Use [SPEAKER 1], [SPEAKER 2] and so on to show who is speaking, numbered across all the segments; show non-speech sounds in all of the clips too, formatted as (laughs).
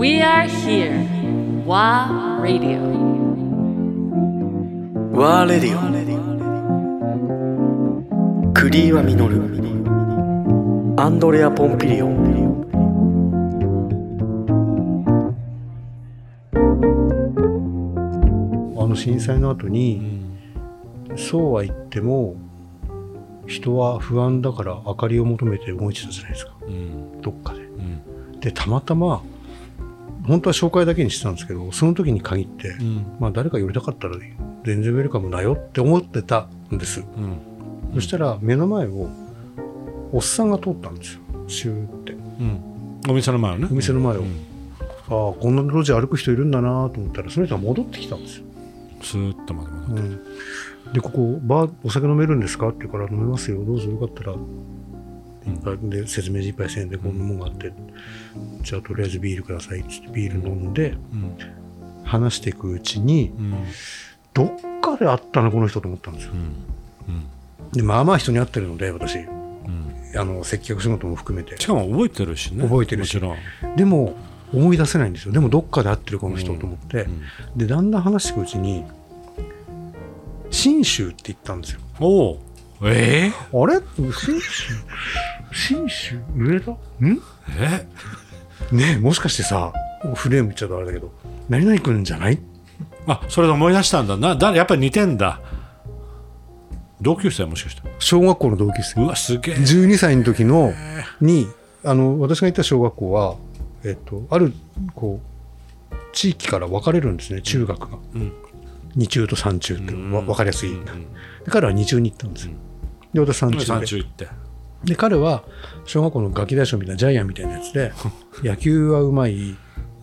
[SPEAKER 1] We are here. WA Radio.
[SPEAKER 2] ワーレディオクリーワミノルアンドレア・ポンピリオン
[SPEAKER 3] あの震災の後に、そうは言っても人は不安だから明かりを求めて動いてたじゃないですか
[SPEAKER 4] うん
[SPEAKER 3] どっかで。
[SPEAKER 4] うん
[SPEAKER 3] でたまたま本当は紹介だけにしてたんですけどその時に限って、
[SPEAKER 4] うん
[SPEAKER 3] まあ、誰か寄りたかったら全然ウェルカムだよって思ってたんです、
[SPEAKER 4] うん
[SPEAKER 3] そしたら目の前をおっさんが通ったんですよシューって
[SPEAKER 4] うんお店の前をね
[SPEAKER 3] お店の前を、
[SPEAKER 4] うん
[SPEAKER 3] ああこんな路地歩く人いるんだなと思ったらその人が戻ってきたんですよ
[SPEAKER 4] スーッとまで戻って
[SPEAKER 3] でここバーお酒飲めるんですかって言うから飲めますよどうぞよかったらいっぱいで説明書いっぱい1000円でこんなもんがあって、じゃあとりあえずビールくださいっつってビール飲んで
[SPEAKER 4] うん
[SPEAKER 3] 話していくうちに
[SPEAKER 4] うん
[SPEAKER 3] どっかで会ったなこの人と思ったんですよ
[SPEAKER 4] うん
[SPEAKER 3] でまあまあ人に会ってるので私
[SPEAKER 4] うん
[SPEAKER 3] あの接客仕事も含めて
[SPEAKER 4] しかも覚えてるしね
[SPEAKER 3] 覚えてるし
[SPEAKER 4] もちろん
[SPEAKER 3] でも思い出せないんですよでもどっかで会ってるこの人と思って、
[SPEAKER 4] うん
[SPEAKER 3] でだんだん話していくうちに信州って言ったんですよ
[SPEAKER 4] おおええ
[SPEAKER 3] あれ信州 (laughs) 信州上田ん
[SPEAKER 4] え
[SPEAKER 3] ねえもしかしてさフレーム言っちゃうとあれだけど何々くんじゃない
[SPEAKER 4] あそれで思い出したんだなだやっぱり似てんだ同級生もしかして
[SPEAKER 3] 小学校の同級生
[SPEAKER 4] うわすげえ
[SPEAKER 3] 12歳の時のにあの私が行った小学校は、えっと、あるこう地域から分かれるんですね中学が、
[SPEAKER 4] うん
[SPEAKER 3] 二中と三中ってわ分かりやすい、
[SPEAKER 4] うんうん
[SPEAKER 3] で彼は二中に行ったんですよ、で私三中
[SPEAKER 4] 山
[SPEAKER 3] で
[SPEAKER 4] 中行って
[SPEAKER 3] で彼は小学校のガキ大将みたいなジャイアンみたいなやつ
[SPEAKER 4] (laughs)
[SPEAKER 3] で野球はうまい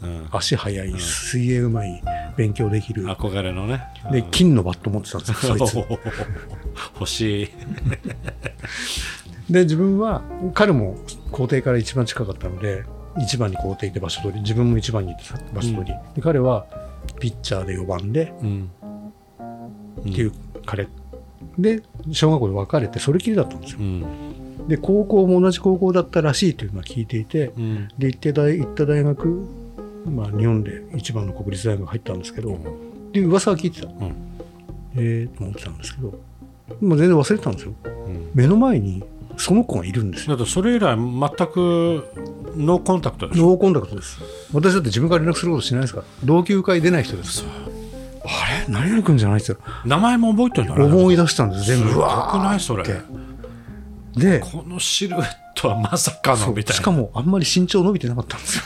[SPEAKER 4] うん
[SPEAKER 3] 足速い水泳うまい勉強できる
[SPEAKER 4] 憧れのね
[SPEAKER 3] で金のバット持ってたんですよ
[SPEAKER 4] (laughs)
[SPEAKER 3] そいつ
[SPEAKER 4] おお欲しい
[SPEAKER 3] で自分は彼も校庭から一番近かったので一番に校庭行って場所取り自分も一番に行って場所取り、で彼はピッチャーで4番で
[SPEAKER 4] うん
[SPEAKER 3] っていう彼で小学校で別れてそれきりだったんですよ
[SPEAKER 4] うん
[SPEAKER 3] で高校も同じ高校だったらしいというのは聞いていて
[SPEAKER 4] うん
[SPEAKER 3] で行って大行った大学、まあ、日本で一番の国立大学入ったんですけど、っていう噂は聞いてた、
[SPEAKER 4] ん
[SPEAKER 3] ええと思ってたんですけど、まあ、全然忘れてたんですよ
[SPEAKER 4] うん
[SPEAKER 3] 目の前にその子がいるんですよ
[SPEAKER 4] だってそれ以来全くノーコンタクトでしょ
[SPEAKER 3] ノーコンタクトです。私だって自分から連絡することしないですから、同級会出ない人です。あれ何々くんじゃないですよ。
[SPEAKER 4] 名前も覚えてるんだね
[SPEAKER 3] 思い出したんです、全部。
[SPEAKER 4] す
[SPEAKER 3] う
[SPEAKER 4] ご
[SPEAKER 3] わ
[SPEAKER 4] くないそれ
[SPEAKER 3] ーってで、
[SPEAKER 4] このシルエットはまさかのみたいな
[SPEAKER 3] しかもあんまり身長伸びてなかったん
[SPEAKER 4] (laughs)
[SPEAKER 3] ですよ。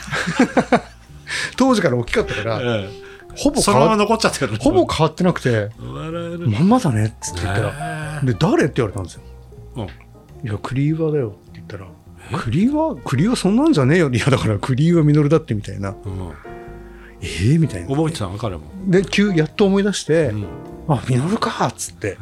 [SPEAKER 3] 当時から大きかったから、
[SPEAKER 4] え
[SPEAKER 3] ほ
[SPEAKER 4] え
[SPEAKER 3] ぼ
[SPEAKER 4] そ
[SPEAKER 3] 変
[SPEAKER 4] の
[SPEAKER 3] わ
[SPEAKER 4] まま
[SPEAKER 3] っ
[SPEAKER 4] 残っちゃってる
[SPEAKER 3] ほぼ変わってなくて、
[SPEAKER 4] 笑える
[SPEAKER 3] まんまだねっつって言ったら、
[SPEAKER 4] ね
[SPEAKER 3] で、誰って言われたんですよ。
[SPEAKER 4] うん
[SPEAKER 3] いや、クリーバーだよって言ったら、クリーバー、クリーバーそんなんじゃねえよ。いや、だからクリーバーミノルだってみたいな。
[SPEAKER 4] うん
[SPEAKER 3] ええみたいな。
[SPEAKER 4] 覚えてたの彼も、
[SPEAKER 3] で、急、やっと思い出して、
[SPEAKER 4] うん
[SPEAKER 3] あ、ミノルかっつって。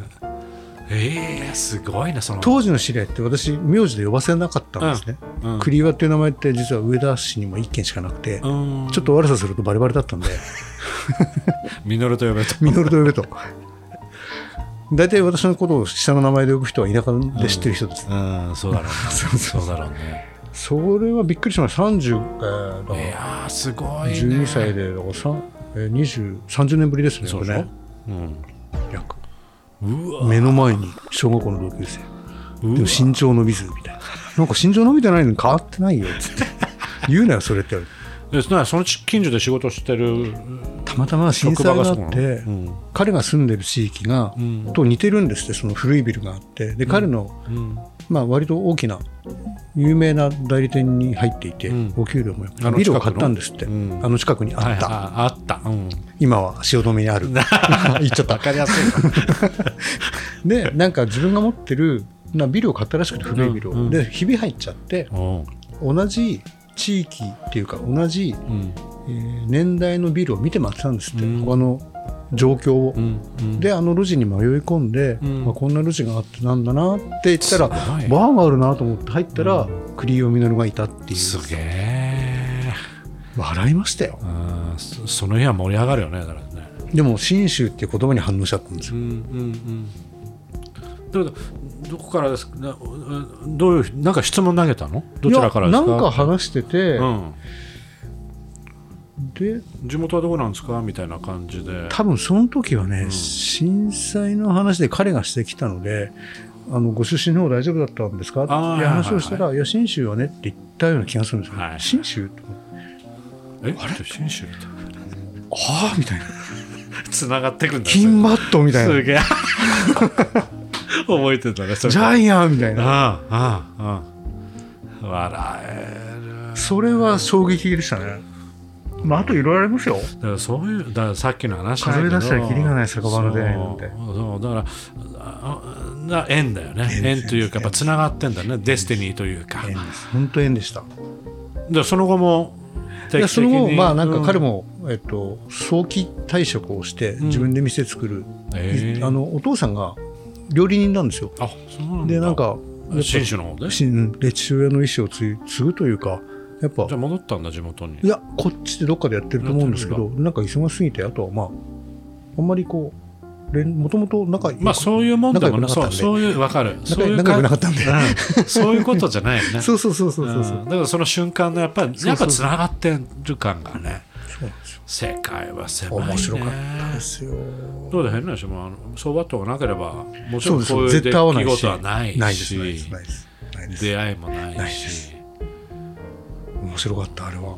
[SPEAKER 4] ええすごいなその
[SPEAKER 3] 当時の知り合いって私名字で呼ばせなかったんですね、
[SPEAKER 4] うん
[SPEAKER 3] クリワっていう名前って実は上田市にも1軒しかなくて、
[SPEAKER 4] うん
[SPEAKER 3] ちょっと悪さするとバレバレだったんで (laughs)
[SPEAKER 4] ミノルと呼べた
[SPEAKER 3] ミノルと呼べと大体私のことを下の名前で呼ぶ人は田舎で知ってる人です、
[SPEAKER 4] うんそう
[SPEAKER 3] (laughs)
[SPEAKER 4] だろうなそうだろうね
[SPEAKER 3] それはびっくりしました30、えー
[SPEAKER 4] い
[SPEAKER 3] だか
[SPEAKER 4] やーすごい
[SPEAKER 3] ら
[SPEAKER 4] ね
[SPEAKER 3] 12歳でだからさんえー20 30年ぶりですね
[SPEAKER 4] そうでし
[SPEAKER 3] や
[SPEAKER 4] ょ
[SPEAKER 3] っぱね
[SPEAKER 4] うんうわ
[SPEAKER 3] 目の前に小学校の同級生
[SPEAKER 4] う
[SPEAKER 3] でも身長伸びずみたい
[SPEAKER 4] (laughs)
[SPEAKER 3] ななんか身長伸びてないのに変わってないよっつって言うなよそれって言われて
[SPEAKER 4] でそのその近所で仕事してる
[SPEAKER 3] たまたま震災があって、
[SPEAKER 4] 職場がそうなのうん
[SPEAKER 3] 彼が住んでる地域が、
[SPEAKER 4] ん
[SPEAKER 3] と似てるんですってその古いビルがあってで彼の、
[SPEAKER 4] うん
[SPEAKER 3] まあ、割と大きな有名な代理店に入っていて、
[SPEAKER 4] ん
[SPEAKER 3] お給料もやっぱり
[SPEAKER 4] あの
[SPEAKER 3] ビルを
[SPEAKER 4] 近
[SPEAKER 3] 買
[SPEAKER 4] くの
[SPEAKER 3] ったんですって、
[SPEAKER 4] うん
[SPEAKER 3] あの近くにあった、
[SPEAKER 4] はいああったうん
[SPEAKER 3] 今は汐留にある
[SPEAKER 4] (laughs)
[SPEAKER 3] 言っちゃった
[SPEAKER 4] わかりやすいな
[SPEAKER 3] (laughs) でなんか自分が持ってるなビルを買ったらしくて古いビルを、
[SPEAKER 4] うんうん
[SPEAKER 3] でひび入っちゃって
[SPEAKER 4] うん
[SPEAKER 3] 同じ地域っていうか同じ、
[SPEAKER 4] うん
[SPEAKER 3] えー年代のビルを見て回ってたんですって、
[SPEAKER 4] うん
[SPEAKER 3] 他の状況を、
[SPEAKER 4] うん
[SPEAKER 3] であの路地に迷い込んで、
[SPEAKER 4] うん
[SPEAKER 3] まあ、こんな路地があってなんだなって言ったらバ
[SPEAKER 4] すごい
[SPEAKER 3] ーがあるなと思って入ったら、クリーオミノルがいたっていう
[SPEAKER 4] すげえ
[SPEAKER 3] 笑いましたよ
[SPEAKER 4] うんそその日は盛り上がるよねだからね
[SPEAKER 3] でも信州っていう言葉に反応しちゃったんです
[SPEAKER 4] う
[SPEAKER 3] よ
[SPEAKER 4] んうんうんだけどどこからですかなうんどういうなんか質問投げたのどちらからですか
[SPEAKER 3] いやなんか話してて、
[SPEAKER 4] うん
[SPEAKER 3] で
[SPEAKER 4] 地元はどこなんですかみたいな感じで
[SPEAKER 3] 多分その時はね、
[SPEAKER 4] うん
[SPEAKER 3] 震災の話で彼がしてきたのであのご出身の方大丈夫だったんですかって
[SPEAKER 4] あーはい
[SPEAKER 3] 話をしたら、いや信州はねって言ったような気がするんですよ、
[SPEAKER 4] はい
[SPEAKER 3] 信州と
[SPEAKER 4] えあれ信州みたい
[SPEAKER 3] ああみたいな
[SPEAKER 4] つながってくんだ
[SPEAKER 3] 金バットみたい
[SPEAKER 4] す
[SPEAKER 3] な
[SPEAKER 4] (laughs) げえ覚えてたねそれ
[SPEAKER 3] ジャイアンみたいな
[SPEAKER 4] ああああああ笑える
[SPEAKER 3] それは衝撃でしたねまああといろいろありますよ
[SPEAKER 4] だからそういうだからさっきの話だけど
[SPEAKER 3] 数え出したらキリがない酒場の出会いなんて
[SPEAKER 4] そうそうだからああな縁だよね
[SPEAKER 3] 縁
[SPEAKER 4] 縁というかやっぱつながってんだねデスティニーというか
[SPEAKER 3] 本当縁でした
[SPEAKER 4] でその後も定期的
[SPEAKER 3] い
[SPEAKER 4] に
[SPEAKER 3] やその後まあなん
[SPEAKER 4] う
[SPEAKER 3] か彼も、えっと、早期退職をして自分で店作る、
[SPEAKER 4] ええ
[SPEAKER 3] あのお父さんが料理人なんですよ
[SPEAKER 4] あそうなんだ
[SPEAKER 3] でなんかやっぱ
[SPEAKER 4] 信州の方でじ
[SPEAKER 3] しうんで父親の意思を継い継ぐというかやっぱ
[SPEAKER 4] ゃあ戻ったんだ地元に
[SPEAKER 3] いやこっちでどっかでやってると思うんですけ
[SPEAKER 4] や
[SPEAKER 3] どなんか忙しすぎてあとはまああんまりこう連もともと仲良く
[SPEAKER 4] まあそういうもんだもんね
[SPEAKER 3] 仲良くなか
[SPEAKER 4] そ
[SPEAKER 3] ったん
[SPEAKER 4] う
[SPEAKER 3] で
[SPEAKER 4] そういうわかるそ
[SPEAKER 3] 仲
[SPEAKER 4] ういう
[SPEAKER 3] 良仲良くなかったんで、
[SPEAKER 4] うんそういうことじゃないよね
[SPEAKER 3] (laughs) そうそうそうそうそうそう
[SPEAKER 4] うんだからその瞬間のやっぱり
[SPEAKER 3] そう
[SPEAKER 4] やっぱつながってる感がね
[SPEAKER 3] そうなんですよ
[SPEAKER 4] 世界は狭いね
[SPEAKER 3] 面白かったですよ
[SPEAKER 4] どうで変な話もあの相場とがなければもちろん
[SPEAKER 3] そ
[SPEAKER 4] そう
[SPEAKER 3] う
[SPEAKER 4] い
[SPEAKER 3] ですよ絶
[SPEAKER 4] う出来
[SPEAKER 3] 対合わないし
[SPEAKER 4] 事はない
[SPEAKER 3] ないです
[SPEAKER 4] し
[SPEAKER 3] ないですないですないです
[SPEAKER 4] 出会いもないし
[SPEAKER 3] ないです面白かったあれは